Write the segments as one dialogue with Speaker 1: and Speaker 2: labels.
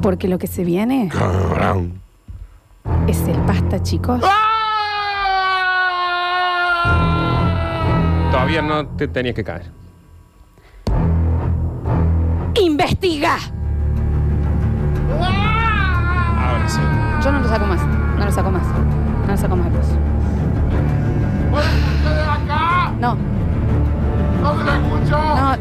Speaker 1: Porque lo que se viene es el pasta, chicos.
Speaker 2: Todavía no te tenías que caer.
Speaker 1: ¡Investiga!
Speaker 2: Ahora sí.
Speaker 1: Yo no lo saco más. No lo saco más. No lo saco más. No, no,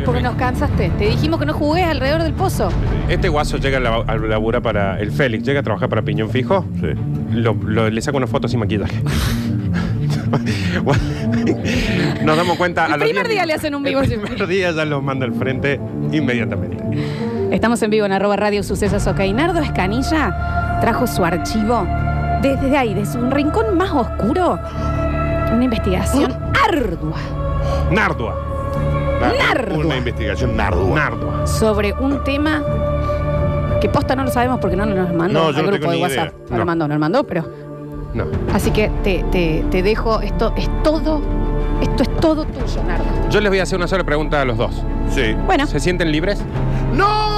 Speaker 1: porque nos cansaste. Te dijimos que no jugués alrededor del pozo.
Speaker 2: Este guaso llega a la, a la labura para. El Félix llega a trabajar para Piñón Fijo.
Speaker 3: Sí.
Speaker 2: Lo- lo- le saco una foto sin maquillaje. Nos damos cuenta.
Speaker 1: El
Speaker 2: a los
Speaker 1: primer
Speaker 2: 10
Speaker 1: día le hacen un vivo.
Speaker 2: El primer día ya los manda al frente inmediatamente.
Speaker 1: Estamos en vivo en arroba radio sucesos. Ok, Nardo Escanilla trajo su archivo desde ahí, desde un rincón más oscuro. Una investigación ardua
Speaker 2: Nardua.
Speaker 1: Nardua.
Speaker 3: Una investigación nardua.
Speaker 2: Nardua.
Speaker 1: sobre un tema que posta no lo sabemos porque no nos lo mandó
Speaker 3: No,
Speaker 1: al
Speaker 3: yo no
Speaker 1: grupo
Speaker 3: tengo
Speaker 1: de
Speaker 3: ni idea.
Speaker 1: WhatsApp. No, lo
Speaker 2: No.
Speaker 1: mandó, no lo mandó, pero.
Speaker 2: No.
Speaker 1: Así que te, te- te dejo. Esto es todo. Esto es todo tuyo, Nardo.
Speaker 2: Yo les voy a hacer una sola pregunta a los dos.
Speaker 3: Sí.
Speaker 1: Bueno.
Speaker 2: ¿Se sienten libres?
Speaker 3: ¡No!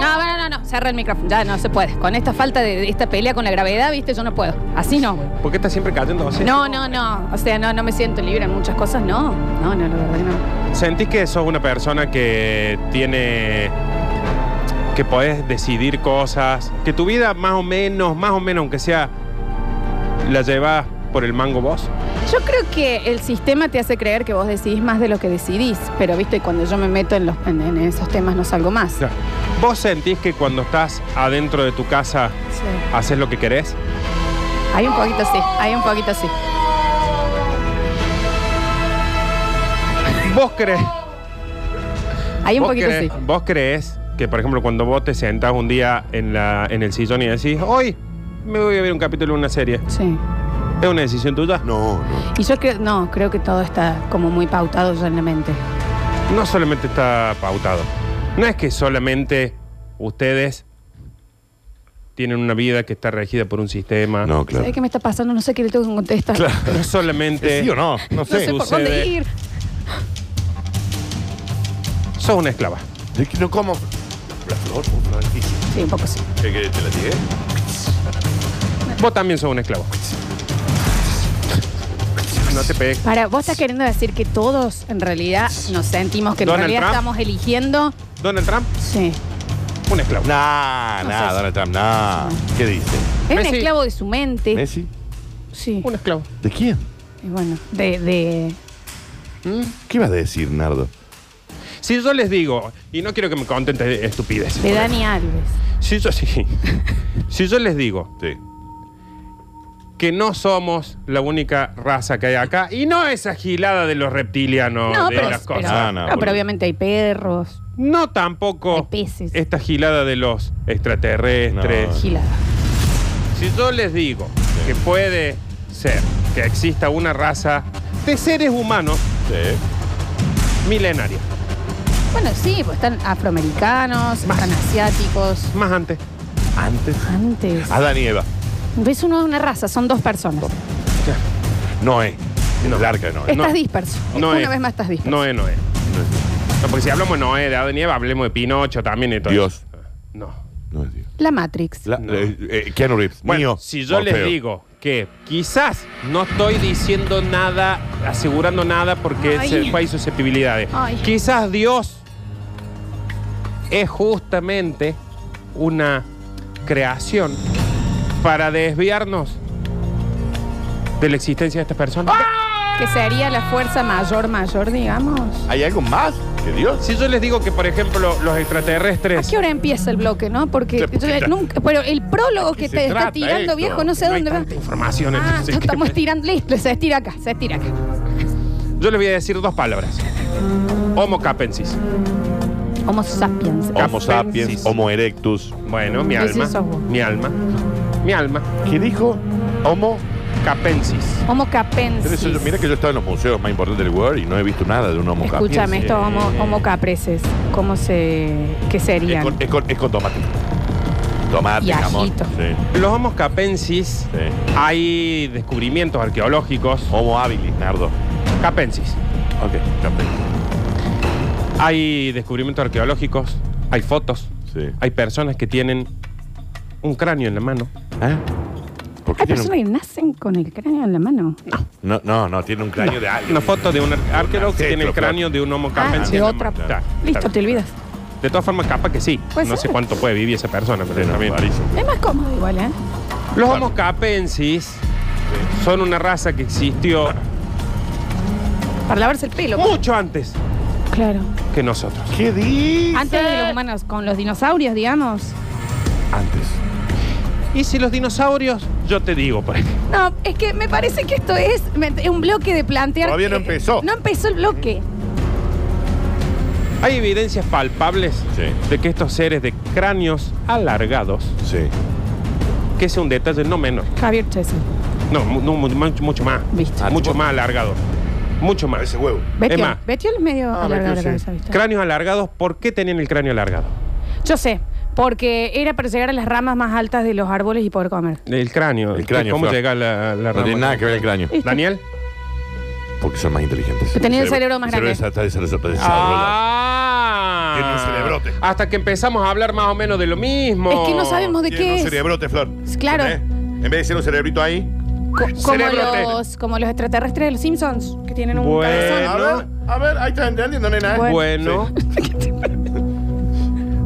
Speaker 1: No, no, no, no, cierra el micrófono. Ya no se puede. Con esta falta de, de esta pelea con la gravedad, viste, yo no puedo. Así no.
Speaker 2: ¿Por qué estás siempre cayendo así?
Speaker 1: No, no, no. O sea, no, no me siento libre en muchas cosas. No, no, no, la verdad que no.
Speaker 2: ¿Sentís que sos una persona que tiene. que podés decidir cosas? Que tu vida, más o menos, más o menos, aunque sea. la llevas por el mango vos?
Speaker 1: Yo creo que el sistema te hace creer que vos decidís más de lo que decidís, pero viste, cuando yo me meto en, los, en, en esos temas no salgo más.
Speaker 2: Claro. ¿Vos sentís que cuando estás adentro de tu casa
Speaker 1: Sí.
Speaker 2: haces lo que querés?
Speaker 1: Hay un poquito sí, hay un poquito sí.
Speaker 2: ¿Vos crees?
Speaker 1: Hay un
Speaker 2: vos
Speaker 1: poquito
Speaker 2: crees-
Speaker 1: sí.
Speaker 2: ¿Vos crees que, por ejemplo, cuando vos te sentás un día en, la, en el sillón y decís, hoy me voy a ver un capítulo de una serie?
Speaker 1: Sí.
Speaker 2: ¿Es una decisión tuya?
Speaker 3: No, no.
Speaker 1: Y yo creo, no, creo que todo está como muy pautado ya en la mente.
Speaker 2: No solamente está pautado. No es que solamente ustedes tienen una vida que está regida por un sistema.
Speaker 3: No, claro.
Speaker 1: ¿Sabés qué me está pasando? No sé qué le tengo que contestar.
Speaker 2: No solamente.
Speaker 3: ¿Sí o no?
Speaker 2: No
Speaker 3: No
Speaker 1: No
Speaker 2: sé.
Speaker 3: sé.
Speaker 1: sé por
Speaker 2: Sucede.
Speaker 1: dónde ir.
Speaker 2: Sos una esclava.
Speaker 3: Es que no como. La flor, por favor.
Speaker 1: Sí, un poco sí.
Speaker 3: ¿Qué querés? ¿Te la tiré?
Speaker 2: Vos también sos un esclavo. No te pegues.
Speaker 1: Para, vos estás queriendo decir que todos en realidad nos sentimos que en
Speaker 2: Donald
Speaker 1: realidad
Speaker 2: Trump.
Speaker 1: estamos eligiendo.
Speaker 2: Donald Trump,
Speaker 1: Sí.
Speaker 2: un esclavo.
Speaker 3: Nah,
Speaker 1: No
Speaker 3: nah,
Speaker 1: sé.
Speaker 3: Donald Trump, nah. ¿Qué dice?
Speaker 1: Es un
Speaker 2: Messi.
Speaker 1: esclavo de su mente.
Speaker 3: ¿Messi?
Speaker 1: Sí.
Speaker 2: Un esclavo.
Speaker 3: ¿De quién?
Speaker 1: Y bueno, de, de.
Speaker 3: ¿Qué vas a decir, Nardo?
Speaker 2: Si yo les digo, y no quiero que me contentes estupideces.
Speaker 1: de Dani Alves.
Speaker 2: Si yo, sí. si yo les digo
Speaker 3: Sí.
Speaker 2: que no somos la única raza que hay acá, y no esa gilada de los reptilianos
Speaker 1: No,
Speaker 2: de
Speaker 1: pero,
Speaker 2: las
Speaker 1: pero-
Speaker 2: cosas.
Speaker 3: Ah,
Speaker 1: no,
Speaker 3: no,
Speaker 1: pero
Speaker 3: boludo.
Speaker 1: obviamente hay perros,
Speaker 2: No tampoco
Speaker 1: Hay peces.
Speaker 2: esta gilada de los extraterrestres.
Speaker 1: gilada.
Speaker 2: Si yo les digo que puede ser que exista una raza de seres humanos
Speaker 3: Sí.
Speaker 2: milenaria,
Speaker 1: Bueno, sí, pues están afroamericanos,
Speaker 2: Más.
Speaker 1: están asiáticos.
Speaker 2: más antes,
Speaker 3: Antes.
Speaker 1: Antes.
Speaker 3: Adán y Eva.
Speaker 1: Ves uno de una raza, son dos personas.
Speaker 3: Noé. No. El arca de Noé.
Speaker 1: Estás
Speaker 2: no.
Speaker 1: disperso.
Speaker 2: no
Speaker 1: Una
Speaker 2: es.
Speaker 1: vez más estás disperso.
Speaker 2: Noé, Noé. No, porque si hablamos de Noé, de Adán y Eva, hablemos de Pinocho también y todo
Speaker 3: Dios.
Speaker 2: eso. No.
Speaker 3: No es Dios.
Speaker 1: La Matrix.
Speaker 3: La- eh, eh, Keanu Reeves.
Speaker 2: Bueno,
Speaker 3: mío.
Speaker 2: si yo les
Speaker 3: Orfeo.
Speaker 2: digo que quizás no estoy diciendo nada, asegurando nada porque
Speaker 1: Ay.
Speaker 2: se, hay susceptibilidades.
Speaker 1: Ay.
Speaker 2: Quizás Dios es justamente una creación para desviarnos de la existencia de estas personas.
Speaker 1: Ah. Que sería la fuerza mayor, mayor, digamos.
Speaker 3: ¿Hay algo más que Dios?
Speaker 2: Si yo les digo que, por ejemplo, los
Speaker 1: ¿A
Speaker 2: extraterrestres...
Speaker 1: qué hora empieza el bloque, no? Porque
Speaker 3: Sí, porque
Speaker 1: yo
Speaker 3: ya-
Speaker 1: nunca, pero el prólogo que
Speaker 3: se
Speaker 1: te está
Speaker 3: trata
Speaker 1: tirando,
Speaker 3: esto?
Speaker 1: viejo, no sé
Speaker 2: No hay
Speaker 1: dónde va.
Speaker 2: tanta información,
Speaker 1: Ah,
Speaker 2: entonces,
Speaker 1: no
Speaker 2: ¿qué?
Speaker 1: estamos estirando. Listo, se estira acá, se estira acá.
Speaker 2: Yo les voy a decir dos palabras. Homo capensis.
Speaker 1: Homo sapiens.
Speaker 3: Homo
Speaker 2: Capensis.
Speaker 3: sapiens, Homo erectus.
Speaker 2: Bueno, mi
Speaker 1: Sí, sí,
Speaker 2: alma.
Speaker 1: sos vos.
Speaker 2: mi alma. Mi alma.
Speaker 3: ¿Qué dijo? Homo.
Speaker 2: Capensis.
Speaker 1: Homo
Speaker 3: Pero
Speaker 1: capensis.
Speaker 3: eso yo- mira que yo he estado en los museos más importantes del world y no he visto nada de un Homo sapiens.
Speaker 1: Escúchame, estos homo, homo capreses, ¿cómo se. qué
Speaker 3: Es
Speaker 1: serían?
Speaker 3: con, es con- es con tomate. Tomate,
Speaker 1: Y
Speaker 3: jamón.
Speaker 1: ajito.
Speaker 3: Sí,
Speaker 2: Los Homo capensis
Speaker 3: sí.
Speaker 2: hay descubrimientos arqueológicos.
Speaker 3: Homo habilis, Nardo.
Speaker 2: Capensis.
Speaker 3: Ok, capé.
Speaker 2: Hay descubrimientos arqueológicos, hay fotos,
Speaker 3: Sí.
Speaker 2: hay personas que tienen un cráneo en la mano.
Speaker 3: ¿Eh? ¿Por qué
Speaker 1: Hay
Speaker 3: tiene
Speaker 1: personas
Speaker 3: un...
Speaker 1: que nacen con el cráneo en la mano.
Speaker 3: No, no, no, tiene un cráneo de alguien.
Speaker 2: Una foto de un ar- arqueólogo que
Speaker 3: ancestro,
Speaker 2: tiene el
Speaker 3: claro.
Speaker 2: cráneo de un homo
Speaker 1: Ah,
Speaker 2: capensis.
Speaker 1: de
Speaker 2: en la
Speaker 1: otra.
Speaker 2: mano. Claro.
Speaker 1: Listo, te olvidas.
Speaker 2: De todas formas, capaz que sí.
Speaker 1: Puede
Speaker 2: no
Speaker 1: ser.
Speaker 2: sé cuánto puede vivir esa persona, pero
Speaker 3: Sí, no,
Speaker 2: también.
Speaker 3: rarísimo.
Speaker 1: Es más cómodo igual, ¿eh?
Speaker 2: Los homo capensis son una raza que existió
Speaker 1: Para lavarse el pelo.
Speaker 2: mucho antes
Speaker 1: Claro.
Speaker 2: que nosotros.
Speaker 3: ¿Qué dice?
Speaker 1: Antes de los humanos, con los dinosaurios, digamos.
Speaker 3: Antes.
Speaker 2: Y si los dinosaurios, yo te digo, por ejemplo.
Speaker 1: No, es que me parece que esto es, me- es un bloque de plantear.
Speaker 3: Todavía no
Speaker 1: que-
Speaker 3: empezó.
Speaker 1: No empezó el bloque.
Speaker 2: Hay evidencias palpables
Speaker 3: Sí.
Speaker 2: de que estos seres de cráneos alargados,
Speaker 3: Sí.
Speaker 2: que es un detalle no menor,
Speaker 1: Javier Chesel.
Speaker 2: no, mu- no, mu- mucho, mucho más,
Speaker 1: Viste.
Speaker 2: Ah, mucho más alargado, mucho más.
Speaker 3: Parece huevo.
Speaker 1: Betiol.
Speaker 2: más.
Speaker 1: Betiol es medio
Speaker 3: Ah, Betiol,
Speaker 1: alargado la
Speaker 3: sí.
Speaker 1: cabeza, ¿viste?
Speaker 2: Cráneos alargados, ¿por qué tenían el cráneo alargado?
Speaker 1: Yo sé, porque era para llegar a las ramas más altas de los árboles y poder comer.
Speaker 2: El cráneo.
Speaker 3: El cráneo,
Speaker 2: ¿Cómo
Speaker 3: Flor.
Speaker 2: llega la, la
Speaker 3: No
Speaker 2: rama?
Speaker 3: tiene nada que ver el cráneo.
Speaker 1: Este.
Speaker 2: Daniel.
Speaker 3: Porque son más inteligentes.
Speaker 1: Pero tenía el cerebro más grande.
Speaker 3: El cerebro está desarrollado- desarrollado.
Speaker 2: Ah.
Speaker 4: Tiene un cerebrote.
Speaker 2: Hasta que empezamos a hablar más o menos de lo mismo.
Speaker 1: Es que no sabemos de
Speaker 4: Tiene
Speaker 1: qué
Speaker 4: un
Speaker 1: es.
Speaker 4: cerebrote, Flor.
Speaker 1: Claro.
Speaker 4: ¿Eh? En vez de ser un cerebrito ahí.
Speaker 1: Co- como,
Speaker 2: Cerebrote.
Speaker 1: los, como los extraterrestres de los Simpsons, que tienen un
Speaker 2: Bueno.
Speaker 1: cabezón.
Speaker 4: Eh, A ver, a ver, ahí estás entendiendo, nena. ¿eh?
Speaker 1: Bueno.
Speaker 2: Bueno.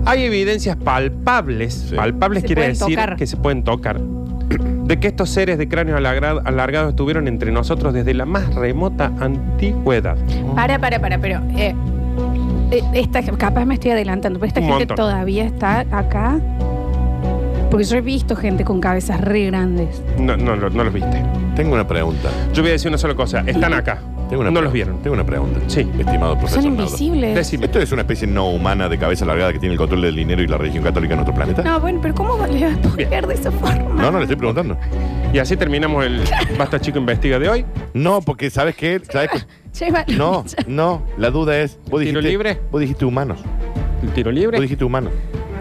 Speaker 2: Hay evidencias palpables,
Speaker 3: Sí.
Speaker 2: palpables
Speaker 1: Se
Speaker 2: quiere
Speaker 1: pueden
Speaker 2: decir
Speaker 1: tocar.
Speaker 2: que se pueden tocar, de que estos seres de cráneos alargra- alargados estuvieron entre nosotros desde la más remota antigüedad.
Speaker 1: Para, para, para, pero. eh, eh, esta, capaz me estoy adelantando, pero esta
Speaker 2: Un
Speaker 1: gente
Speaker 2: montón.
Speaker 1: todavía está acá. Porque yo he visto gente con cabezas re grandes.
Speaker 2: No, no, lo- no los viste.
Speaker 3: Tengo una pregunta.
Speaker 2: Yo voy a decir una sola cosa, están acá.
Speaker 3: Tengo una
Speaker 2: no los
Speaker 3: pregunta.
Speaker 2: vieron.
Speaker 3: Tengo una pregunta.
Speaker 2: Sí.
Speaker 3: Estimado profesor.
Speaker 1: Son
Speaker 3: Nardo.
Speaker 1: invisibles.
Speaker 2: Decime.
Speaker 3: Esto es una especie no humana de cabeza alargada que tiene el control del dinero y la religión católica en nuestro planeta.
Speaker 1: No, bueno, pero ¿cómo le vas a spoilear de esa forma?
Speaker 3: No, no, le estoy preguntando.
Speaker 2: Y así terminamos el Basta Chico Investiga de hoy.
Speaker 3: No, porque ¿sabes qué? ¿Sabes qué?
Speaker 1: Lleva-
Speaker 3: No, no. La duda es. ¿Vos
Speaker 2: ¿Tiro
Speaker 3: dijiste,
Speaker 2: libre?
Speaker 3: Vos dijiste humanos.
Speaker 2: El tiro
Speaker 3: Vos
Speaker 2: libre.
Speaker 3: dijiste humanos.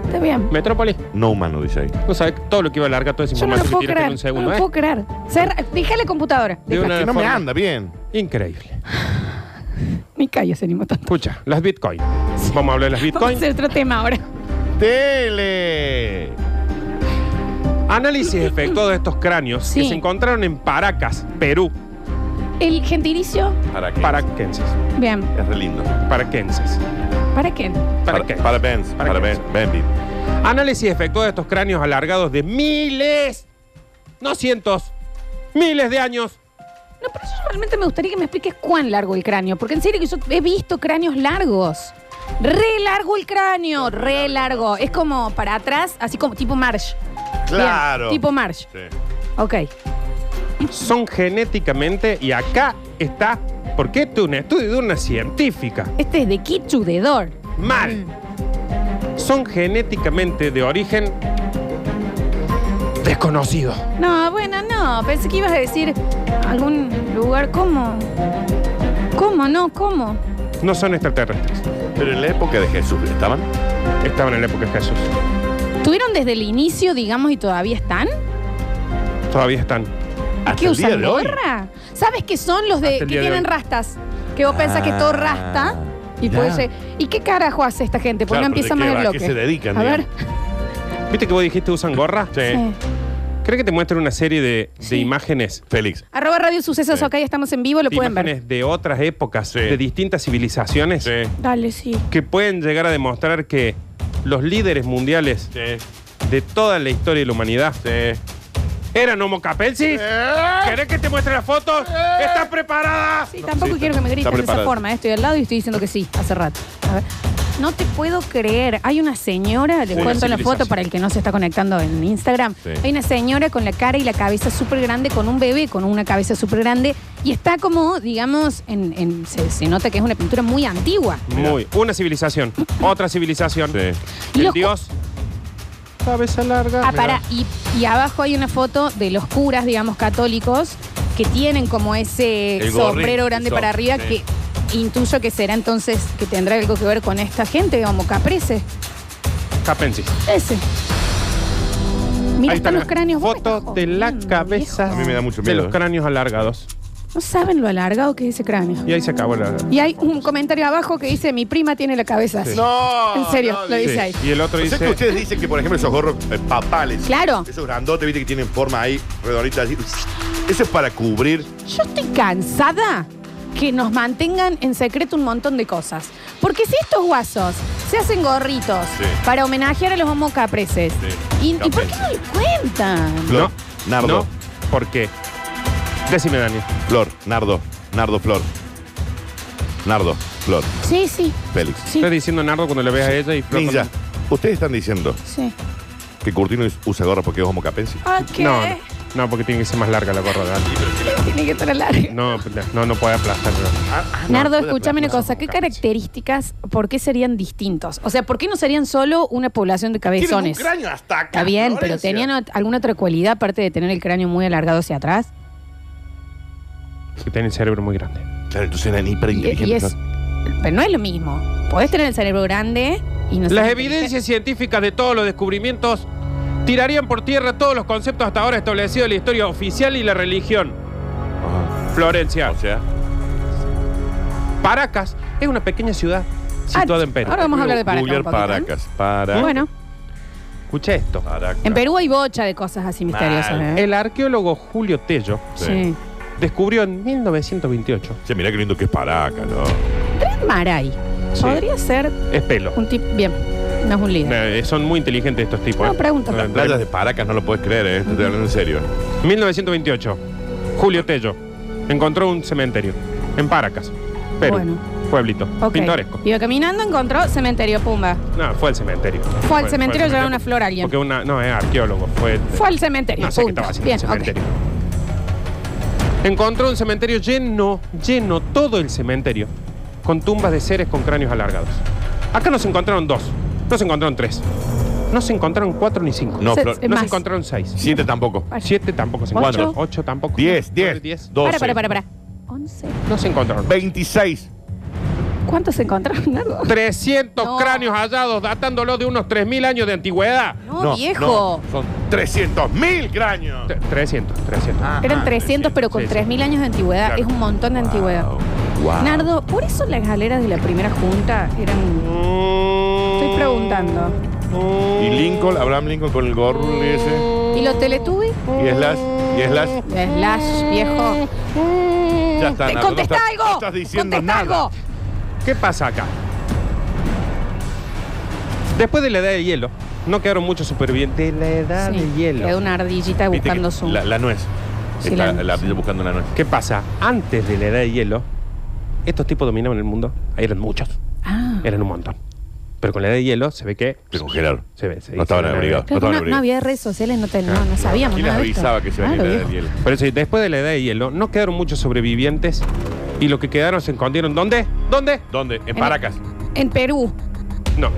Speaker 1: Está bien.
Speaker 2: Metrópolis.
Speaker 3: No humano, dice ahí.
Speaker 2: No sabes todo lo que iba a alargar toda esa
Speaker 1: Yo no lo
Speaker 2: información
Speaker 1: puedo
Speaker 2: que tiraste en
Speaker 1: creer.
Speaker 2: un
Speaker 1: no
Speaker 2: segundo,
Speaker 1: lo
Speaker 2: ¿eh?
Speaker 1: puedo creer. Cerra- Fija la computadora.
Speaker 2: De
Speaker 1: Fija.
Speaker 2: una
Speaker 3: Que no me
Speaker 2: forma-
Speaker 3: anda bien.
Speaker 2: Increíble.
Speaker 1: Ni callo se animó tanto.
Speaker 2: Escucha, las Bitcoin. Vamos a hablar de las
Speaker 1: Vamos a
Speaker 2: Bitcoin.
Speaker 1: hacer otro tema ahora.
Speaker 3: ¡Tele!
Speaker 2: Análisis efectuados de estos cráneos
Speaker 1: Sí.
Speaker 2: que se encontraron en Paracas, Perú.
Speaker 1: El gentilicio,
Speaker 3: ¿Para qué?
Speaker 2: Paraquenses.
Speaker 1: bien.
Speaker 3: Es re lindo.
Speaker 2: Paraquenses.
Speaker 1: ¿Para qué?
Speaker 2: ¿Para qué?
Speaker 3: Para Benz. Para,
Speaker 2: Para
Speaker 3: Ben. Bendy.
Speaker 2: Análisis efectuado de estos cráneos alargados de miles, no cientos, miles de años.
Speaker 1: No, pero yo realmente me gustaría que me expliques cuán largo el cráneo, porque en serio que yo he visto cráneos largos. Re largo el cráneo, re largo. Es como para atrás, así como tipo Marsh. Bien,
Speaker 3: Claro.
Speaker 1: tipo Marsh.
Speaker 3: Sí.
Speaker 1: Ok.
Speaker 2: Son genéticamente, y acá está, porque esto es un estudio de una científica.
Speaker 1: Este es de Kichu de Dor.
Speaker 2: Mal. Son genéticamente de origen desconocido.
Speaker 1: No, bueno, no. Pensé que ibas a decir algún lugar como. ¿Cómo? No, ¿cómo?
Speaker 2: No son extraterrestres.
Speaker 3: Pero en la época de Jesús, ¿estaban?
Speaker 2: Estaban en la época de Jesús.
Speaker 1: ¿Tuvieron desde el inicio, digamos, y todavía están?
Speaker 2: Todavía están.
Speaker 3: Hasta
Speaker 1: ¿Qué
Speaker 3: el día
Speaker 1: usan
Speaker 3: de hoy.
Speaker 1: gorra? ¿Sabes qué son los
Speaker 2: Hasta
Speaker 1: de
Speaker 2: el
Speaker 1: que
Speaker 2: día de
Speaker 1: tienen
Speaker 2: hoy.
Speaker 1: rastas? Que vos pensás que todo
Speaker 3: Ah,
Speaker 1: rasta y
Speaker 3: mirá.
Speaker 1: puede ser. ¿Y qué carajo hace esta gente? Porque
Speaker 3: Claro,
Speaker 1: no empieza
Speaker 3: pero
Speaker 1: más
Speaker 3: ¿de
Speaker 1: el
Speaker 3: qué va? ¿A
Speaker 1: bloque.
Speaker 3: qué se dedican,
Speaker 1: A ver.
Speaker 2: ¿Viste que vos dijiste usan gorra?
Speaker 1: Sí.
Speaker 2: ¿Crees que te muestren una serie de, de
Speaker 1: Sí.
Speaker 2: imágenes?
Speaker 3: Félix.
Speaker 1: Arroba Radio Sucesos,
Speaker 3: Sí.
Speaker 1: acá ya estamos en vivo, lo
Speaker 2: de
Speaker 1: pueden ver.
Speaker 2: imágenes de otras épocas,
Speaker 3: Sí.
Speaker 2: de distintas civilizaciones,
Speaker 3: Sí.
Speaker 1: Dale, sí.
Speaker 2: que pueden llegar a demostrar que los líderes mundiales
Speaker 3: Sí.
Speaker 2: de toda la historia de la humanidad
Speaker 3: Sí.
Speaker 2: eran homo capensis. ¿Querés que te muestre las fotos? ¿Estás preparada?
Speaker 1: Sí, tampoco
Speaker 3: sí,
Speaker 1: quiero que me
Speaker 3: está
Speaker 1: grites de esa
Speaker 3: preparada.
Speaker 1: forma. eh. Estoy al lado y estoy diciendo que sí, hace rato. A ver. No te puedo creer. Hay una señora, les
Speaker 2: Sí,
Speaker 1: cuento la
Speaker 2: la
Speaker 1: foto
Speaker 2: civilización.
Speaker 1: para el que no se está conectando en Instagram.
Speaker 3: Sí.
Speaker 1: Hay una señora con la cara y la cabeza súper grande, con un bebé con una cabeza súper grande. Y está como, digamos, en, en- se, se nota que es una pintura muy antigua.
Speaker 2: Muy. Una civilización. Otra civilización.
Speaker 3: Sí.
Speaker 2: El
Speaker 1: Los-
Speaker 2: dios. Cabeza larga.
Speaker 1: Ah, pará, y, y abajo hay una foto de los curas, digamos, católicos, que tienen como ese
Speaker 3: El gorri,
Speaker 1: sombrero grande
Speaker 3: el
Speaker 1: para
Speaker 3: som-
Speaker 1: arriba
Speaker 3: sí.
Speaker 1: que intuyo que será entonces, que tendrá algo que ver con esta gente, digamos, caprese.
Speaker 2: Capensis.
Speaker 1: Ese. Mira,
Speaker 2: Ahí
Speaker 1: están los
Speaker 2: la
Speaker 1: cráneos. vos me
Speaker 2: Foto
Speaker 1: estás
Speaker 2: de la
Speaker 1: jodiendo,
Speaker 2: cabeza
Speaker 1: viejo.
Speaker 3: A mí me da mucho
Speaker 2: de
Speaker 3: miedo,
Speaker 2: los
Speaker 3: ¿eh?
Speaker 2: cráneos alargados.
Speaker 1: No saben lo alargado que es ese cráneo.
Speaker 2: Y ahí se acabó la.
Speaker 1: Y hay un comentario abajo que dice, mi prima tiene la cabeza así.
Speaker 4: No.
Speaker 1: En serio,
Speaker 4: no,
Speaker 1: lo
Speaker 4: dice.
Speaker 1: dice
Speaker 2: Sí.
Speaker 1: ahí.
Speaker 2: Y el otro
Speaker 4: O sea que
Speaker 2: dice.
Speaker 4: ustedes dicen que, por ejemplo, esos gorros eh, papales.
Speaker 1: Claro.
Speaker 4: Esos grandotes, viste, que tienen forma ahí, redondita así. Eso es para cubrir.
Speaker 1: Yo estoy cansada que nos mantengan en secreto un montón de cosas. Porque si estos guasos se hacen gorritos
Speaker 4: Sí.
Speaker 1: para homenajear a los homocapreses,
Speaker 4: Sí,
Speaker 1: ¿y, y por qué
Speaker 4: capreses.
Speaker 1: no le cuentan?
Speaker 4: Flor, Nardo.
Speaker 2: No. ¿Por qué? Decime, Daniel.
Speaker 4: Flor, Nardo, Nardo, Flor. Nardo, Flor,
Speaker 1: Sí, sí,
Speaker 4: Félix.
Speaker 1: sí.
Speaker 2: Estás diciendo Nardo cuando le ves a ella y Flor
Speaker 4: Ninja,
Speaker 2: cuando-
Speaker 4: ustedes están diciendo
Speaker 1: sí. Ah,
Speaker 4: que Curtino usa gorra porque es homocapense.
Speaker 1: Ok.
Speaker 2: No, no, no, porque tiene que ser más larga la gorra, Dani.
Speaker 1: Tiene que estar alargado.
Speaker 2: No, no, no puede aplastarlo.
Speaker 1: Nardo,
Speaker 4: Ah, puede
Speaker 1: escúchame una
Speaker 4: aplastar.
Speaker 1: cosa. ¿Qué características, por qué serían distintos? O sea, ¿por qué no serían solo una población de
Speaker 4: Tienen un
Speaker 1: cabezones?
Speaker 4: cráneo hasta acá.
Speaker 1: Está bien, pero
Speaker 4: Florencia.
Speaker 1: ¿tenían ot- alguna otra cualidad aparte de tener el cráneo muy alargado hacia atrás?
Speaker 2: Que tiene el cerebro muy grande.
Speaker 4: Claro, entonces eran
Speaker 1: Y,
Speaker 4: hiperinteligentes.
Speaker 1: y es.
Speaker 4: ¿no?
Speaker 1: Pero no es lo mismo. Podés tener el cerebro grande y no ser
Speaker 2: Las
Speaker 1: inteligente.
Speaker 2: evidencias científicas de todos los descubrimientos tirarían por tierra todos los conceptos hasta ahora establecidos en la historia oficial y la religión.
Speaker 4: Ajá.
Speaker 2: Florencia,
Speaker 4: O sea,
Speaker 2: Paracas es una pequeña ciudad situada
Speaker 1: Ah,
Speaker 2: en Perú.
Speaker 1: Ahora vamos a hablar de Paracas.
Speaker 4: Googlear
Speaker 1: un poquito, ¿eh?
Speaker 4: Paracas. Para.
Speaker 1: Bueno,
Speaker 2: Escucha esto.
Speaker 4: Paracas.
Speaker 1: en Perú hay bocha de cosas así misteriosas.
Speaker 4: Mal.
Speaker 1: ¿eh?
Speaker 2: El arqueólogo Julio Tello
Speaker 4: Sí.
Speaker 1: Sí.
Speaker 2: descubrió en 1928.
Speaker 4: Che, mirá qué lindo que es Paracas, ¿no?
Speaker 1: Tren Maray.
Speaker 2: Sí.
Speaker 1: Podría ser
Speaker 2: Es pelo.
Speaker 1: un tipo. Bien, no es un líder.
Speaker 2: Eh, son muy inteligentes estos tipos.
Speaker 1: No,
Speaker 2: eh.
Speaker 1: pregunta.
Speaker 2: Eh,
Speaker 4: Las playas de Paracas no lo puedes creer, ¿eh? Te estoy hablando en serio.
Speaker 2: 1928. Julio Tello encontró un cementerio en Paracas, Perú.
Speaker 1: Bueno.
Speaker 2: Pueblito.
Speaker 1: Ok.
Speaker 2: Pintoresco.
Speaker 1: Iba caminando, encontró cementerio Pumba.
Speaker 2: No, fue al cementerio.
Speaker 1: Fue al cementerio a llevar una flor a alguien.
Speaker 2: Porque una, no, es arqueólogo. Fue,
Speaker 1: Fue al cementerio.
Speaker 2: no sé qué
Speaker 1: punto.
Speaker 2: estaba haciendo
Speaker 1: Bien,
Speaker 2: en el cementerio. Encontró un cementerio lleno, lleno, todo el cementerio, con tumbas de seres con cráneos alargados. Acá no se encontraron dos, no se encontraron tres, no se encontraron cuatro ni cinco,
Speaker 4: No,
Speaker 1: Se-
Speaker 4: Flor.
Speaker 1: eh,
Speaker 2: no
Speaker 1: más.
Speaker 2: se encontraron seis,
Speaker 4: Siete tampoco.
Speaker 1: Bueno.
Speaker 2: siete tampoco se
Speaker 1: Ocho.
Speaker 2: encontraron, ocho, tampoco,
Speaker 4: Diez, diez,
Speaker 2: diez,
Speaker 4: doce.
Speaker 1: Para, para, para, para. 11.
Speaker 2: no se encontraron.
Speaker 4: Veintiséis.
Speaker 1: ¿Cuántos se encontraron? Nardo?
Speaker 2: 300
Speaker 1: No.
Speaker 2: cráneos hallados datándolos de unos 3.000 años de antigüedad.
Speaker 1: No,
Speaker 4: No,
Speaker 1: Oh, viejo.
Speaker 4: no, son 300 mil cráneos. Ah,
Speaker 2: T- 300, 300.
Speaker 1: Eran 300, pero con
Speaker 2: Ah, sí, sí.
Speaker 1: 3.000 años de antigüedad.
Speaker 2: Claro.
Speaker 1: Es un montón de antigüedad.
Speaker 4: Wow.
Speaker 1: Nardo, por eso las galeras de la primera junta eran. Estoy preguntando.
Speaker 4: Y Lincoln, Abraham Lincoln con el gorro ese.
Speaker 1: ¿Y los Teletubbies?
Speaker 4: Y Slash, y Slash.
Speaker 1: Slash, viejo.
Speaker 4: Ya está,
Speaker 1: Eh,
Speaker 4: Nardo, no
Speaker 1: ¡Contesta
Speaker 4: estás-
Speaker 1: algo!
Speaker 4: no estás diciendo
Speaker 1: ¡Contesta
Speaker 4: nada.
Speaker 1: algo!
Speaker 2: ¿Qué pasa acá? Después de la edad de hielo, no quedaron muchos supervivientes de la edad
Speaker 1: Sí,
Speaker 2: de hielo.
Speaker 1: Quedó una ardillita
Speaker 4: Viste
Speaker 1: buscando
Speaker 4: que
Speaker 1: su.
Speaker 4: La, la nuez.
Speaker 1: Sí,
Speaker 4: Está
Speaker 1: la-
Speaker 4: la, ardilla buscando la nuez.
Speaker 2: ¿Qué pasa? Antes de la edad de hielo, estos tipos dominaban el mundo. Ahí eran muchos,
Speaker 1: Ah.
Speaker 2: eran un montón. Pero con la edad de hielo se ve que
Speaker 4: Se congelaron.
Speaker 2: se ve. se-
Speaker 4: No estaban
Speaker 2: se ve-
Speaker 4: abrigados.
Speaker 1: Claro,
Speaker 4: No
Speaker 1: no,
Speaker 4: estaban
Speaker 1: no
Speaker 4: abrigados.
Speaker 1: había redes sociales, no, te- no, no sabíamos
Speaker 4: Aquí les
Speaker 1: nada. de esto.
Speaker 4: Ah, avisaba que se venía
Speaker 1: Claro,
Speaker 4: la edad
Speaker 1: viejo.
Speaker 4: del hielo.
Speaker 2: Por eso, después de la edad de hielo, no quedaron muchos sobrevivientes y los que quedaron se escondieron. ¿Dónde? ¿Dónde?
Speaker 4: ¿Dónde? En Paracas.
Speaker 1: En Perú.
Speaker 2: No,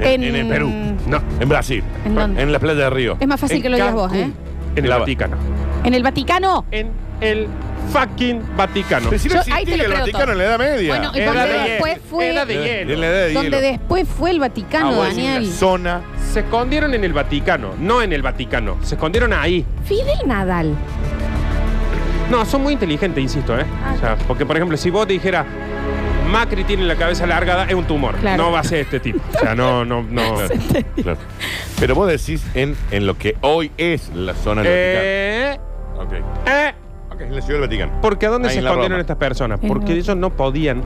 Speaker 4: En,
Speaker 1: En-
Speaker 4: en el Perú.
Speaker 2: no.
Speaker 4: En Brasil.
Speaker 1: ¿En dónde?
Speaker 4: En la playa de Río.
Speaker 1: Es más fácil
Speaker 2: En
Speaker 1: que lo digas vos, ¿eh?
Speaker 2: Cancún, En el
Speaker 4: La-
Speaker 2: Vaticano.
Speaker 1: En el Vaticano.
Speaker 2: En el fucking Vaticano.
Speaker 4: Pero si no
Speaker 1: Yo- ahí te lo
Speaker 4: existía el
Speaker 1: creo
Speaker 4: Vaticano
Speaker 1: todo.
Speaker 4: en la Edad Media.
Speaker 1: Bueno, y
Speaker 2: Era
Speaker 1: donde
Speaker 2: de hielo.
Speaker 1: después
Speaker 2: Era
Speaker 1: fue.
Speaker 2: de- hielo.
Speaker 4: En la Edad de
Speaker 1: Donde
Speaker 4: Hielo.
Speaker 1: después fue el Vaticano,
Speaker 4: Ah, bueno, en
Speaker 1: Daniel.
Speaker 4: la zona.
Speaker 2: Se escondieron en el Vaticano, no en el Vaticano. Se escondieron ahí.
Speaker 1: Fidel Nadal.
Speaker 2: No, son muy inteligentes, insisto, ¿eh?
Speaker 1: Ah.
Speaker 2: O sea, porque, por ejemplo, si vos te dijera Macri tiene la cabeza largada, es un tumor.
Speaker 1: Claro.
Speaker 2: No va a ser este tipo. O sea, no, no, no. Eh,
Speaker 4: Claro. Pero vos decís en, en lo que hoy es la zona del
Speaker 2: eh,
Speaker 4: Vaticano. Ok.
Speaker 2: eh,
Speaker 4: Ok, en la ciudad del Vaticano.
Speaker 2: porque ¿a dónde
Speaker 4: Ahí
Speaker 2: se
Speaker 4: en la
Speaker 2: escondieron
Speaker 4: Roma.
Speaker 2: estas personas?
Speaker 1: En
Speaker 2: Porque
Speaker 1: la-
Speaker 2: ellos no podían,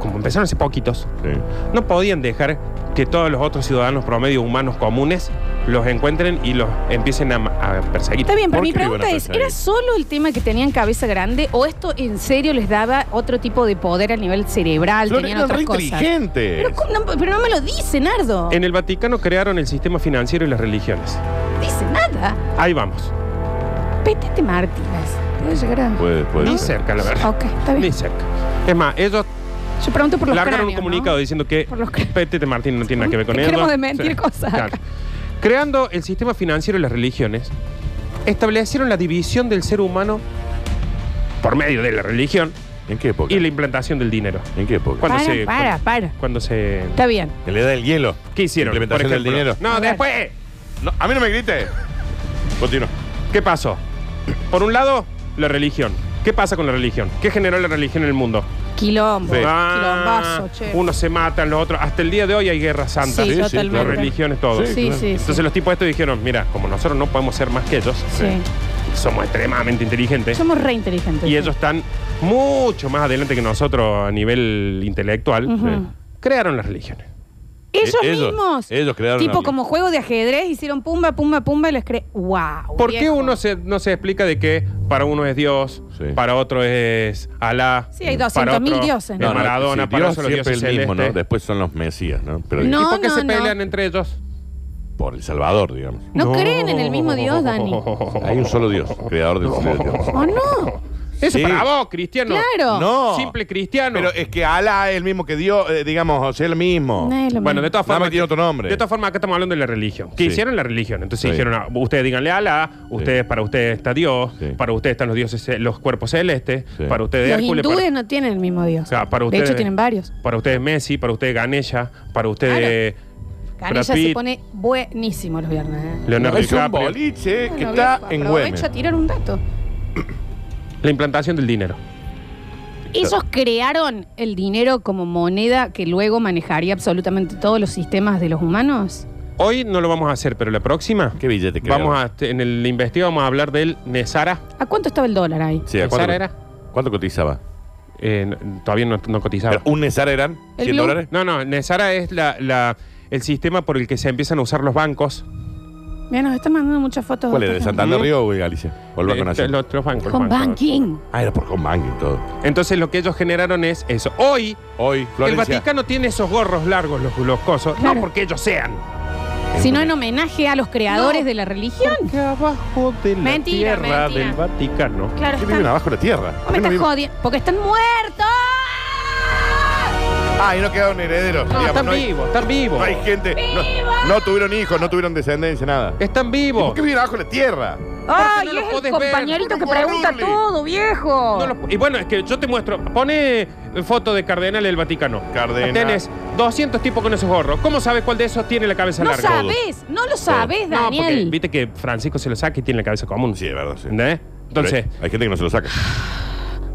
Speaker 2: como empezaron hace poquitos,
Speaker 4: Sí.
Speaker 2: no podían dejar que todos los otros ciudadanos promedio humanos comunes los encuentren y los empiecen a, ma- a perseguir.
Speaker 1: Está bien, pero
Speaker 4: ¿Por
Speaker 1: mi
Speaker 4: qué le
Speaker 1: pregunta
Speaker 4: van a
Speaker 1: es,
Speaker 4: perseguir?
Speaker 1: ¿era solo el tema que tenían cabeza grande o esto en serio les daba otro tipo de poder a nivel cerebral?
Speaker 4: Flor,
Speaker 1: tenían
Speaker 4: eran
Speaker 1: otras
Speaker 4: re
Speaker 1: cosas.
Speaker 4: inteligentes.
Speaker 1: Pero, ¿cómo no, pero no me lo dice, Nardo.
Speaker 2: En el Vaticano crearon el sistema financiero y las religiones.
Speaker 1: Dice nada.
Speaker 2: Ahí vamos.
Speaker 1: Petete Martínez. Puede llegar a...
Speaker 4: Puede, puede.
Speaker 2: Ni cerca, la verdad.
Speaker 1: Ok, está
Speaker 2: Ni
Speaker 1: bien.
Speaker 2: cerca. Es más, ellos
Speaker 1: Yo pregunto por los
Speaker 2: largaron
Speaker 1: cráneos,
Speaker 2: un
Speaker 1: ¿no?
Speaker 2: comunicado diciendo que
Speaker 1: Por los cráneos.
Speaker 2: Petete Martín no tiene nada que ver con ellos.
Speaker 1: Queremos desmentir cosas
Speaker 2: claro.
Speaker 1: acá.
Speaker 2: Creando el sistema financiero y las religiones, establecieron la división del ser humano por medio de la religión
Speaker 4: ¿En qué época?
Speaker 2: y la implantación del dinero.
Speaker 4: ¿En qué época?
Speaker 2: Cuando
Speaker 1: Para,
Speaker 2: se,
Speaker 1: para,
Speaker 2: cuando-
Speaker 1: para.
Speaker 2: Cuando se...
Speaker 1: Está bien.
Speaker 4: En la edad del hielo.
Speaker 2: ¿Qué hicieron?
Speaker 4: Implementación
Speaker 2: por
Speaker 4: del
Speaker 2: ejemplo?
Speaker 4: dinero.
Speaker 1: A
Speaker 2: No,
Speaker 1: ver.
Speaker 2: después...
Speaker 4: No, a mí no me grite. Continúo.
Speaker 2: ¿Qué pasó? Por un lado, la religión, ¿Qué pasa con la religión? ¿Qué generó la religión en el mundo?
Speaker 1: Quilombo,
Speaker 4: Sí.
Speaker 2: Ah,
Speaker 1: quilombazo, che.
Speaker 2: Unos se matan, los otros. Hasta el día de hoy hay guerras santas.
Speaker 1: Sí,
Speaker 4: sí,
Speaker 1: totalmente.
Speaker 2: Las religiones, todo.
Speaker 1: Sí, sí, sí.
Speaker 2: Entonces los tipos estos dijeron, mira, como nosotros no podemos ser más que ellos, eh,
Speaker 1: Sí.
Speaker 2: somos extremadamente inteligentes
Speaker 1: Somos re inteligentes.
Speaker 2: y
Speaker 1: sí.
Speaker 2: ellos están mucho más adelante que nosotros a nivel intelectual,
Speaker 1: Ujú.
Speaker 2: eh, crearon las religiones.
Speaker 1: Ellos
Speaker 4: Eh, ellos-
Speaker 1: mismos.
Speaker 4: ellos crearon
Speaker 1: Tipo
Speaker 4: la-
Speaker 1: como juego de ajedrez, hicieron pumba, pumba, pumba y les cree. ¡Wow!
Speaker 2: ¿Por qué uno se- no se explica de que para uno es Dios,
Speaker 4: Sí.
Speaker 2: para otro es Alá?
Speaker 1: Sí, hay
Speaker 2: para
Speaker 1: 200.000
Speaker 2: otro
Speaker 1: dioses,
Speaker 2: es
Speaker 1: ¿no?
Speaker 2: Maradona,
Speaker 4: sí,
Speaker 2: para
Speaker 4: Dios
Speaker 2: otro los
Speaker 4: siempre
Speaker 2: dioses
Speaker 4: es el mismo, ¿no?
Speaker 2: celestes.
Speaker 4: Después son los mesías, ¿no? Pero
Speaker 2: ¿Y
Speaker 1: No,
Speaker 2: por qué
Speaker 1: no,
Speaker 2: se
Speaker 1: no.
Speaker 2: pelean entre ellos?
Speaker 4: por el Salvador, digamos.
Speaker 1: No, creen en el mismo Dios, Dani. ¿O
Speaker 4: Hay un solo Dios, creador del cielo y de Dios.
Speaker 1: no?
Speaker 2: Eso
Speaker 4: Sí.
Speaker 2: para vos, cristiano.
Speaker 1: Claro.
Speaker 4: No.
Speaker 2: Simple cristiano.
Speaker 4: Pero es que Alá es el mismo que Dios, eh, digamos, o sea, el mismo.
Speaker 1: No es lo
Speaker 2: Bueno,
Speaker 1: mismo.
Speaker 2: de todas
Speaker 4: Nada
Speaker 2: formas.
Speaker 4: más tiene otro nombre.
Speaker 2: De todas formas, acá estamos hablando de la religión. ¿Qué
Speaker 4: Sí.
Speaker 2: hicieron la religión? Entonces
Speaker 4: Sí.
Speaker 2: dijeron, ah, ustedes díganle ala, ustedes, para ustedes está Dios,
Speaker 4: Sí.
Speaker 2: para ustedes están los dioses, ce- los cuerpos celestes,
Speaker 4: Sí.
Speaker 2: para ustedes
Speaker 1: Los
Speaker 2: Hércules,
Speaker 1: hindúes
Speaker 2: para,
Speaker 1: no tienen el mismo Dios.
Speaker 2: o sea, para
Speaker 1: de
Speaker 2: ustedes.
Speaker 1: hecho, tienen varios.
Speaker 2: Para ustedes Messi, para ustedes Ganesha, para ustedes
Speaker 1: Canilla
Speaker 2: Brad
Speaker 1: se
Speaker 2: Pitt.
Speaker 1: pone buenísimo los viernes. ¿eh?
Speaker 2: Leonardo
Speaker 4: No, es un
Speaker 2: DiCaprio.
Speaker 4: boliche que
Speaker 1: Bueno,
Speaker 4: está
Speaker 1: viejo,
Speaker 4: en Güemes.
Speaker 1: Aprovecho a tirar un dato.
Speaker 2: La implantación del dinero.
Speaker 1: Ellos crearon el dinero como moneda que luego manejaría absolutamente todos los sistemas de los humanos.
Speaker 2: Hoy no lo vamos a hacer, pero la próxima.
Speaker 4: ¿Qué billete crearon?
Speaker 2: Vamos a, en el investigo vamos a hablar del Nesara.
Speaker 1: ¿A cuánto estaba el dólar ahí?
Speaker 4: Sí, ¿a cuánto,
Speaker 2: ¿Nesara era?
Speaker 4: ¿Cuánto cotizaba?
Speaker 2: Eh, no- todavía no, no cotizaba.
Speaker 4: Pero ¿Un Nesara eran?
Speaker 1: El
Speaker 4: ¿100
Speaker 1: Blue.
Speaker 4: dólares?
Speaker 2: No, no, Nesara es la- la- el sistema por el que se empiezan a usar los bancos.
Speaker 1: Mira, nos están mandando muchas fotos.
Speaker 4: ¿Cuál es? ¿De Santander
Speaker 2: Mm.
Speaker 4: Río o de Galicia? ¿O el Banco
Speaker 2: Eh,
Speaker 4: Nacional?
Speaker 2: los- los bancos, los
Speaker 1: Con
Speaker 2: bancos.
Speaker 1: banking.
Speaker 4: Ah, era por home banking y todo.
Speaker 2: Entonces lo que ellos generaron es eso. Hoy
Speaker 4: Hoy,
Speaker 2: el
Speaker 4: Florencia.
Speaker 2: Vaticano tiene esos gorros largos, los, los cosos.
Speaker 1: Claro.
Speaker 2: No porque ellos sean.
Speaker 1: Si no, en homenaje a los creadores de la religión.
Speaker 2: Que abajo de la
Speaker 1: Mentira,
Speaker 2: tierra
Speaker 1: mentira.
Speaker 2: del Vaticano.
Speaker 1: Claro,
Speaker 4: ¿Qué viven
Speaker 1: están.
Speaker 4: abajo de la tierra?
Speaker 1: Vos me
Speaker 4: ¿Qué no
Speaker 1: estás
Speaker 4: viven-
Speaker 1: jodiendo. Porque están muertos.
Speaker 4: Ah, y no quedaron herederos.
Speaker 2: No,
Speaker 4: digamos,
Speaker 2: están
Speaker 4: no hay-
Speaker 2: vivos, están vivos.
Speaker 4: No hay gente. No, no tuvieron hijos, no tuvieron descendencia, nada.
Speaker 2: Están
Speaker 4: ¿Y ¿Por
Speaker 2: vivos.
Speaker 4: qué viven abajo de la tierra?
Speaker 1: Ay,
Speaker 2: no lo
Speaker 1: es el
Speaker 2: podés
Speaker 1: compañerito
Speaker 4: ver.
Speaker 1: que pregunta
Speaker 4: Burley.
Speaker 1: todo, viejo.
Speaker 2: No los- y bueno, es que yo te muestro. Pone eh, foto de Cardenal del Vaticano.
Speaker 4: Cardenal.
Speaker 2: Tenés 200 tipos con esos gorros. ¿Cómo sabes cuál de esos tiene la cabeza
Speaker 1: No
Speaker 2: larga?
Speaker 1: sabes, no lo sabes,
Speaker 2: No, porque
Speaker 1: Daniel.
Speaker 2: viste que Francisco se lo saca y tiene la cabeza común.
Speaker 4: Sí, es verdad, sí.
Speaker 2: ¿Entendés? Entonces,
Speaker 4: Pero hay, hay gente que no se lo saca.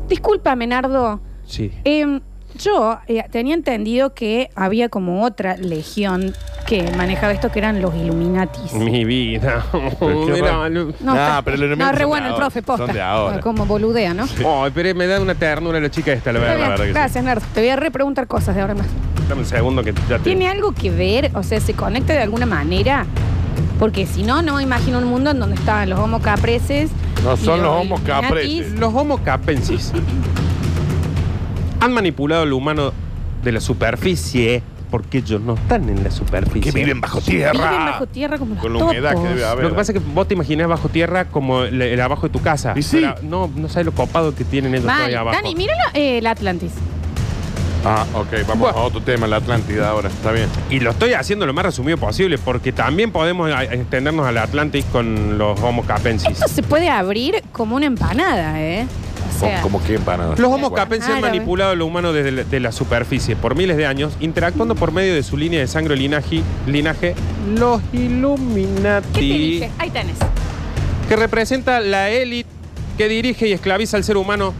Speaker 1: Discúlpame, Nardo.
Speaker 2: sí.
Speaker 1: Em, yo eh, tenía entendido que había como otra legión que manejaba esto, que eran los Illuminatis.
Speaker 2: Mi vida.
Speaker 4: Pero qué
Speaker 2: Mira,
Speaker 4: raro.
Speaker 2: Lu-
Speaker 1: No,
Speaker 4: Ah,
Speaker 1: está-
Speaker 4: pero los Illuminatis
Speaker 1: No, re
Speaker 4: son
Speaker 1: bueno
Speaker 4: de
Speaker 1: el
Speaker 4: ahora,
Speaker 1: profe, posta.
Speaker 4: son de ahora.
Speaker 1: Como boludea, ¿no?
Speaker 2: Oh, pero me da una ternura la chica esta, la
Speaker 1: Está
Speaker 2: verdad.
Speaker 1: bien,
Speaker 4: la verdad que
Speaker 1: Gracias, Nardo. Te voy a repreguntar cosas de ahora en más.
Speaker 2: Dame un segundo que ya te-
Speaker 1: ¿Tiene algo que ver? O sea, ¿se conecta de alguna manera? Porque si no, no me imagino un mundo en donde estaban los homo capreses.
Speaker 4: No
Speaker 1: y
Speaker 4: son los homo capreses.
Speaker 2: Los homo capensis han manipulado al humano de la superficie porque ellos no están en la superficie.
Speaker 4: Que viven bajo tierra.
Speaker 1: Viven bajo tierra como los
Speaker 4: Con la humedad
Speaker 1: totos.
Speaker 4: que debe haber.
Speaker 2: Lo que pasa es que vos te imaginás bajo tierra como el, el abajo de tu casa.
Speaker 4: Y sí.
Speaker 2: Pero no, no sabes lo copado que tienen ellos
Speaker 1: Mal.
Speaker 2: todavía abajo.
Speaker 1: Dani, mira la- eh, el Atlantis.
Speaker 4: Ah, ok, vamos
Speaker 2: Bueno.
Speaker 4: a otro tema, la Atlántida ahora. Está bien.
Speaker 2: Y lo estoy haciendo lo más resumido posible porque también podemos a- extendernos al Atlantis con los homo capensis.
Speaker 1: Esto se puede abrir como una empanada, ¿eh? O sea,
Speaker 4: Como que empanadas.
Speaker 2: Los Homo capenses han
Speaker 1: Árabe.
Speaker 2: manipulado al humano desde la, de la superficie por miles de años, interactuando por medio de su línea de sangre o linaje, linaje los
Speaker 1: ¿qué te
Speaker 2: Illuminati,
Speaker 1: dije? Ahí tenés.
Speaker 2: que representa la élite que dirige y esclaviza al ser humano.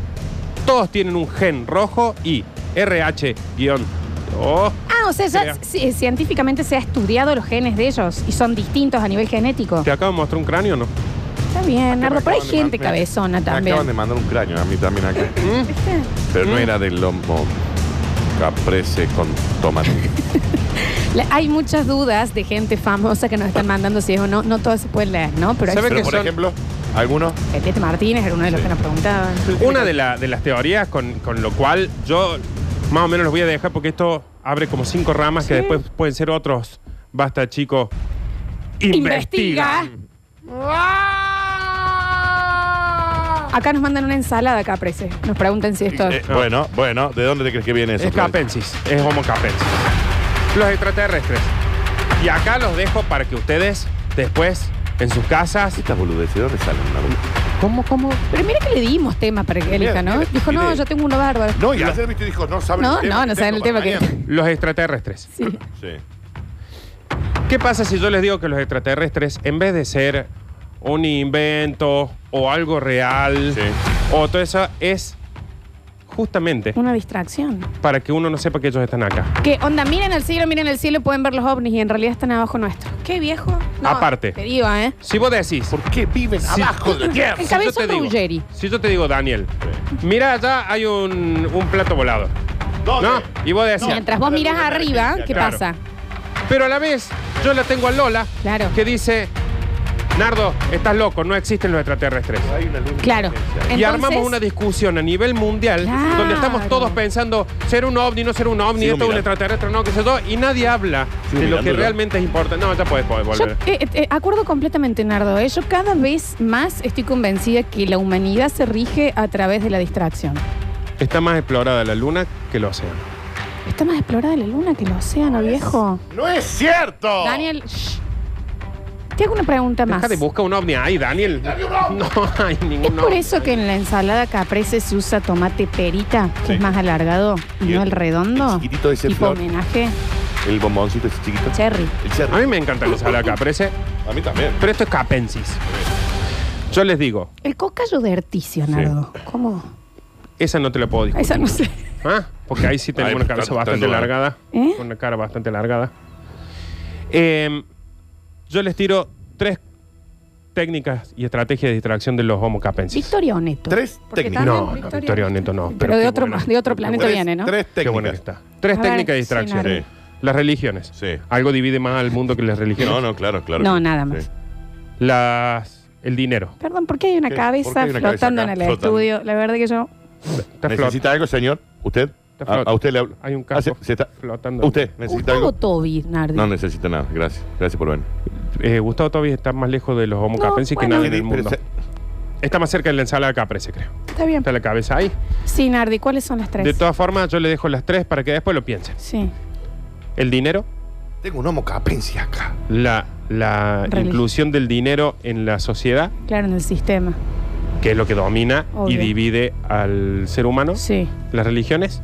Speaker 2: Todos tienen un gen rojo y RH- O.
Speaker 1: Ah, o sea, ya
Speaker 2: Mira.
Speaker 1: ci- científicamente se ha estudiado los genes de ellos y son distintos a nivel genético.
Speaker 2: ¿Te acabo de mostrar un cráneo o no?
Speaker 1: Está
Speaker 4: Ah,
Speaker 1: bien, Nardo, pero hay gente cabezona
Speaker 4: Me acaban de
Speaker 1: también.
Speaker 4: mandar un cráneo a mí también acá. Pero no
Speaker 2: Mm.
Speaker 4: era del lomo caprese con tomate.
Speaker 1: La- hay muchas dudas de gente famosa que nos están mandando si es o no. No todas se pueden leer, ¿no? Pero hay-
Speaker 2: ¿Sabe
Speaker 4: Pero,
Speaker 2: que
Speaker 4: por
Speaker 2: son-
Speaker 4: ejemplo, algunos
Speaker 1: el Tete Martínez era uno de los
Speaker 4: Sí.
Speaker 1: que nos preguntaban.
Speaker 2: Una de, la- de las teorías con, con lo cual yo más o menos los voy a dejar porque esto abre como cinco ramas que después pueden ser otros. Basta, chico.
Speaker 1: Investiga.
Speaker 2: Investiga.
Speaker 1: Acá nos mandan una ensalada, Caprese. Nos preguntan si esto.
Speaker 4: Eh, bueno, bueno, ¿de dónde te crees que viene eso?
Speaker 2: Es capensis, es homo capensis. Los extraterrestres. Y acá los dejo para que ustedes después en sus casas...
Speaker 4: Estas boludeces, ¿de dónde salen?
Speaker 2: ¿Cómo, cómo?
Speaker 1: Pero mira que le dimos temas para que elija, ¿no?
Speaker 4: mira,
Speaker 1: Dijo, no,
Speaker 4: mire.
Speaker 1: yo tengo uno bárbaro.
Speaker 4: No, y ayer viste dijo, no saben
Speaker 1: No, no, no saben el tema que.
Speaker 2: Los extratraterrestres.
Speaker 1: Sí.
Speaker 4: Sí.
Speaker 2: ¿Qué pasa si yo les digo que los extraterrestres, en vez de ser un invento o algo real,
Speaker 4: Sí.
Speaker 2: o toda esa es justamente
Speaker 1: Una distracción.
Speaker 2: para que uno no sepa que ellos están acá.
Speaker 1: Que onda, miren al cielo, miren al cielo, pueden ver los ovnis y en realidad están abajo nuestro. Qué viejo.
Speaker 2: Aparte.
Speaker 1: Te digo, ¿eh?
Speaker 2: Si vos decís,
Speaker 4: ¿Por qué viven abajo de la tierra?
Speaker 1: El
Speaker 2: si yo,
Speaker 1: cabezón
Speaker 2: te digo,
Speaker 1: Ruggeri.
Speaker 2: si yo te digo, Daniel, mira allá hay un, un plato volado.
Speaker 4: ¿Dónde?
Speaker 2: ¿No? Y vos decís,
Speaker 1: Mientras vos mirás
Speaker 4: una
Speaker 1: arriba,
Speaker 4: emergencia,
Speaker 1: ¿qué
Speaker 2: claro.
Speaker 1: pasa?
Speaker 2: pero a la vez yo la tengo a Lola
Speaker 1: Claro.
Speaker 2: que dice, Nardo, estás loco, no existen los extraterrestres.
Speaker 4: Hay una luz.
Speaker 1: Claro.
Speaker 2: y
Speaker 1: Entonces-
Speaker 2: armamos una discusión a nivel mundial
Speaker 1: Claro.
Speaker 2: donde estamos todos pensando ser un ovni, no ser un ovni,
Speaker 4: Sigo
Speaker 2: esto es un
Speaker 4: mirando.
Speaker 2: extraterrestre, no, que sé yo, y nadie habla
Speaker 4: Sigo
Speaker 2: de lo que
Speaker 4: mirándolo.
Speaker 2: realmente es importante. No, ya puedes poder
Speaker 1: Yo
Speaker 2: volver.
Speaker 1: eh, eh, acuerdo completamente, Nardo. ¿eh? Yo cada vez más estoy convencida que la humanidad se rige a través de la distracción.
Speaker 2: Está más explorada la luna que el océano.
Speaker 1: Está más explorada la luna que el océano, viejo.
Speaker 4: ¡No es cierto!
Speaker 1: Daniel, shh. te hago una pregunta más.
Speaker 2: Deja de buscar un ovni ahí, Daniel. No hay ningún
Speaker 1: ¿Es por
Speaker 2: ovni.
Speaker 1: eso que en la ensalada caprese se usa tomate perita, que
Speaker 4: Sí.
Speaker 1: es más alargado y
Speaker 4: Y
Speaker 1: no
Speaker 4: el-
Speaker 1: el redondo?
Speaker 4: el chiquitito ese
Speaker 1: tipo
Speaker 4: flor.
Speaker 1: homenaje
Speaker 4: El bomboncito es chiquito.
Speaker 1: cherry.
Speaker 4: El cerro.
Speaker 2: A mí me encanta la sala caprese,
Speaker 4: A mí también.
Speaker 2: pero esto es capensis. Yo les digo,
Speaker 1: El cocayo de Articio, Nardo. ¿Cómo?
Speaker 2: esa no te la puedo discutir.
Speaker 1: Esa no sé.
Speaker 2: ¿Ah? Porque ahí sí tenemos
Speaker 4: Ahí
Speaker 2: una
Speaker 4: está-
Speaker 2: cabeza
Speaker 4: está
Speaker 2: bastante
Speaker 4: todo.
Speaker 2: largada.
Speaker 1: ¿Eh?
Speaker 2: Una cara bastante largada. Eh, yo les tiro tres técnicas y estrategias de distracción de los Homo capensis.
Speaker 1: Victoria Oneto.
Speaker 4: Tres
Speaker 1: Porque
Speaker 4: técnicas.
Speaker 1: también
Speaker 2: No, no,
Speaker 1: Victoria-
Speaker 2: Victoria Oneto no.
Speaker 1: Pero,
Speaker 2: pero
Speaker 1: de,
Speaker 2: qué
Speaker 1: otro,
Speaker 2: buena.
Speaker 1: de otro planeta
Speaker 4: Tres-
Speaker 1: viene, ¿no?
Speaker 4: Tres
Speaker 2: Qué buena que
Speaker 4: técnicas.
Speaker 2: está. Tres
Speaker 1: A ver,
Speaker 2: técnicas de
Speaker 1: sí,
Speaker 2: distracción.
Speaker 1: Nardo.
Speaker 2: Las religiones.
Speaker 4: Sí.
Speaker 2: Algo divide más al mundo que las religiones.
Speaker 4: No, no, claro, claro.
Speaker 1: No, nada más.
Speaker 4: Sí.
Speaker 2: Las, el dinero.
Speaker 1: Perdón, ¿por qué hay una
Speaker 4: ¿Qué? ¿Por qué
Speaker 1: cabeza
Speaker 4: hay una
Speaker 1: flotando
Speaker 4: cabeza acá?
Speaker 1: en el
Speaker 4: Flotando.
Speaker 1: estudio? La verdad que yo.
Speaker 2: Está flot-
Speaker 4: ¿Necesita algo, señor? ¿Usted?
Speaker 2: Está
Speaker 4: A,
Speaker 2: flot.
Speaker 4: a usted le hablo.
Speaker 2: Hay un
Speaker 4: Ah,
Speaker 2: caso
Speaker 4: se- se está-
Speaker 2: flotando.
Speaker 4: ¿Usted necesita
Speaker 1: Gustavo
Speaker 4: algo?
Speaker 1: Tobi, Nardi.
Speaker 4: No necesita nada. Gracias. Gracias por venir.
Speaker 2: Eh, Gustavo Tobias está más lejos de los Homo
Speaker 1: No,
Speaker 2: capensis que
Speaker 1: bueno.
Speaker 2: nada en el
Speaker 4: Pero
Speaker 2: mundo.
Speaker 4: se-
Speaker 2: Está más cerca de la ensalada caprese, creo.
Speaker 1: Está bien.
Speaker 2: Está la cabeza ahí.
Speaker 1: Sí, Nardi, ¿cuáles son las tres?
Speaker 2: De todas formas, yo le dejo las tres para que después lo piensen.
Speaker 1: Sí.
Speaker 2: El dinero,
Speaker 4: Tengo un homo capensi acá.
Speaker 2: la, la
Speaker 1: Religión.
Speaker 2: inclusión del dinero en la sociedad,
Speaker 1: Claro, en el sistema.
Speaker 2: que es lo que domina
Speaker 1: Obvio.
Speaker 2: y divide al ser humano,
Speaker 1: Sí.
Speaker 2: las religiones,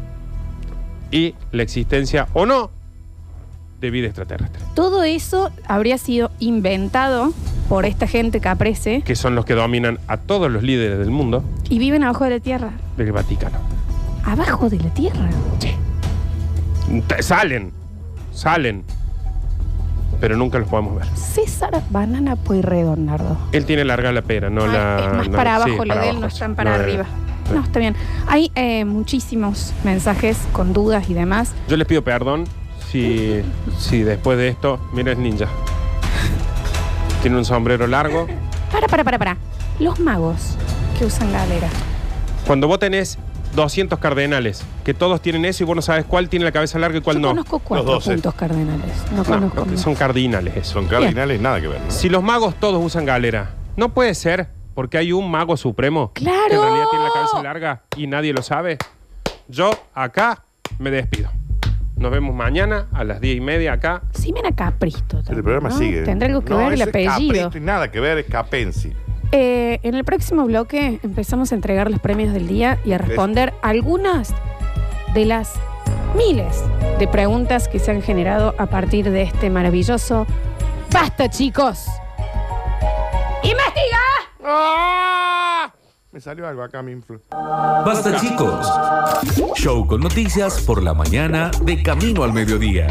Speaker 2: y la existencia o no de vida extraterrestre,
Speaker 1: Todo eso habría sido inventado por esta gente caprese
Speaker 2: que son los que dominan a todos los líderes del mundo
Speaker 1: y viven abajo de la tierra.
Speaker 2: del Vaticano.
Speaker 1: Abajo de la tierra.
Speaker 2: Te- Salen, salen, pero nunca los podemos ver.
Speaker 1: César Banana Pueyrredón, Nardo.
Speaker 2: Él tiene larga la pera, no
Speaker 1: Ah,
Speaker 2: la.
Speaker 1: es más
Speaker 2: no-
Speaker 1: para
Speaker 2: sí,
Speaker 1: abajo, lo de él
Speaker 2: abajo,
Speaker 1: no
Speaker 2: sí.
Speaker 1: están para
Speaker 2: No, eh, no, no.
Speaker 1: arriba. No, está bien. Hay eh, muchísimos mensajes con dudas y demás.
Speaker 2: Yo les pido perdón si, si después de esto, mira es ninja. Tiene un sombrero largo.
Speaker 1: Para, para, para, para. Los magos que usan galera.
Speaker 2: Cuando vos tenés 200 cardenales, que todos tienen eso y vos no sabes cuál tiene la cabeza larga y cuál
Speaker 1: Yo
Speaker 2: no.
Speaker 1: conozco cuatro
Speaker 4: 12.
Speaker 1: puntos cardenales. No,
Speaker 2: No,
Speaker 1: conozco.
Speaker 2: creo que
Speaker 1: más.
Speaker 2: son cardinales eso.
Speaker 4: Son cardinales, nada que ver. ¿no?
Speaker 2: Si los magos todos usan galera, no puede ser, porque hay un mago supremo que en
Speaker 1: ¡Claro!
Speaker 2: realidad tiene la cabeza larga y nadie lo sabe. Yo acá me despido. Nos vemos mañana a las 10 y media acá.
Speaker 1: Sí, ven acá, Pristo.
Speaker 4: El programa sigue.
Speaker 1: Ah, Tendrá algo que
Speaker 4: No,
Speaker 1: ver el
Speaker 4: eso es
Speaker 1: apellido.
Speaker 4: caprito y nada que ver, es capensi.
Speaker 1: Eh, en el próximo bloque empezamos a entregar los premios del día y a responder algunas de las miles de preguntas que se han generado a partir de este maravilloso ¡Basta, chicos! ¡Investiga!
Speaker 4: Me salió algo acá, mi influ.
Speaker 5: Basta chicos. Show con noticias por la mañana de camino al mediodía.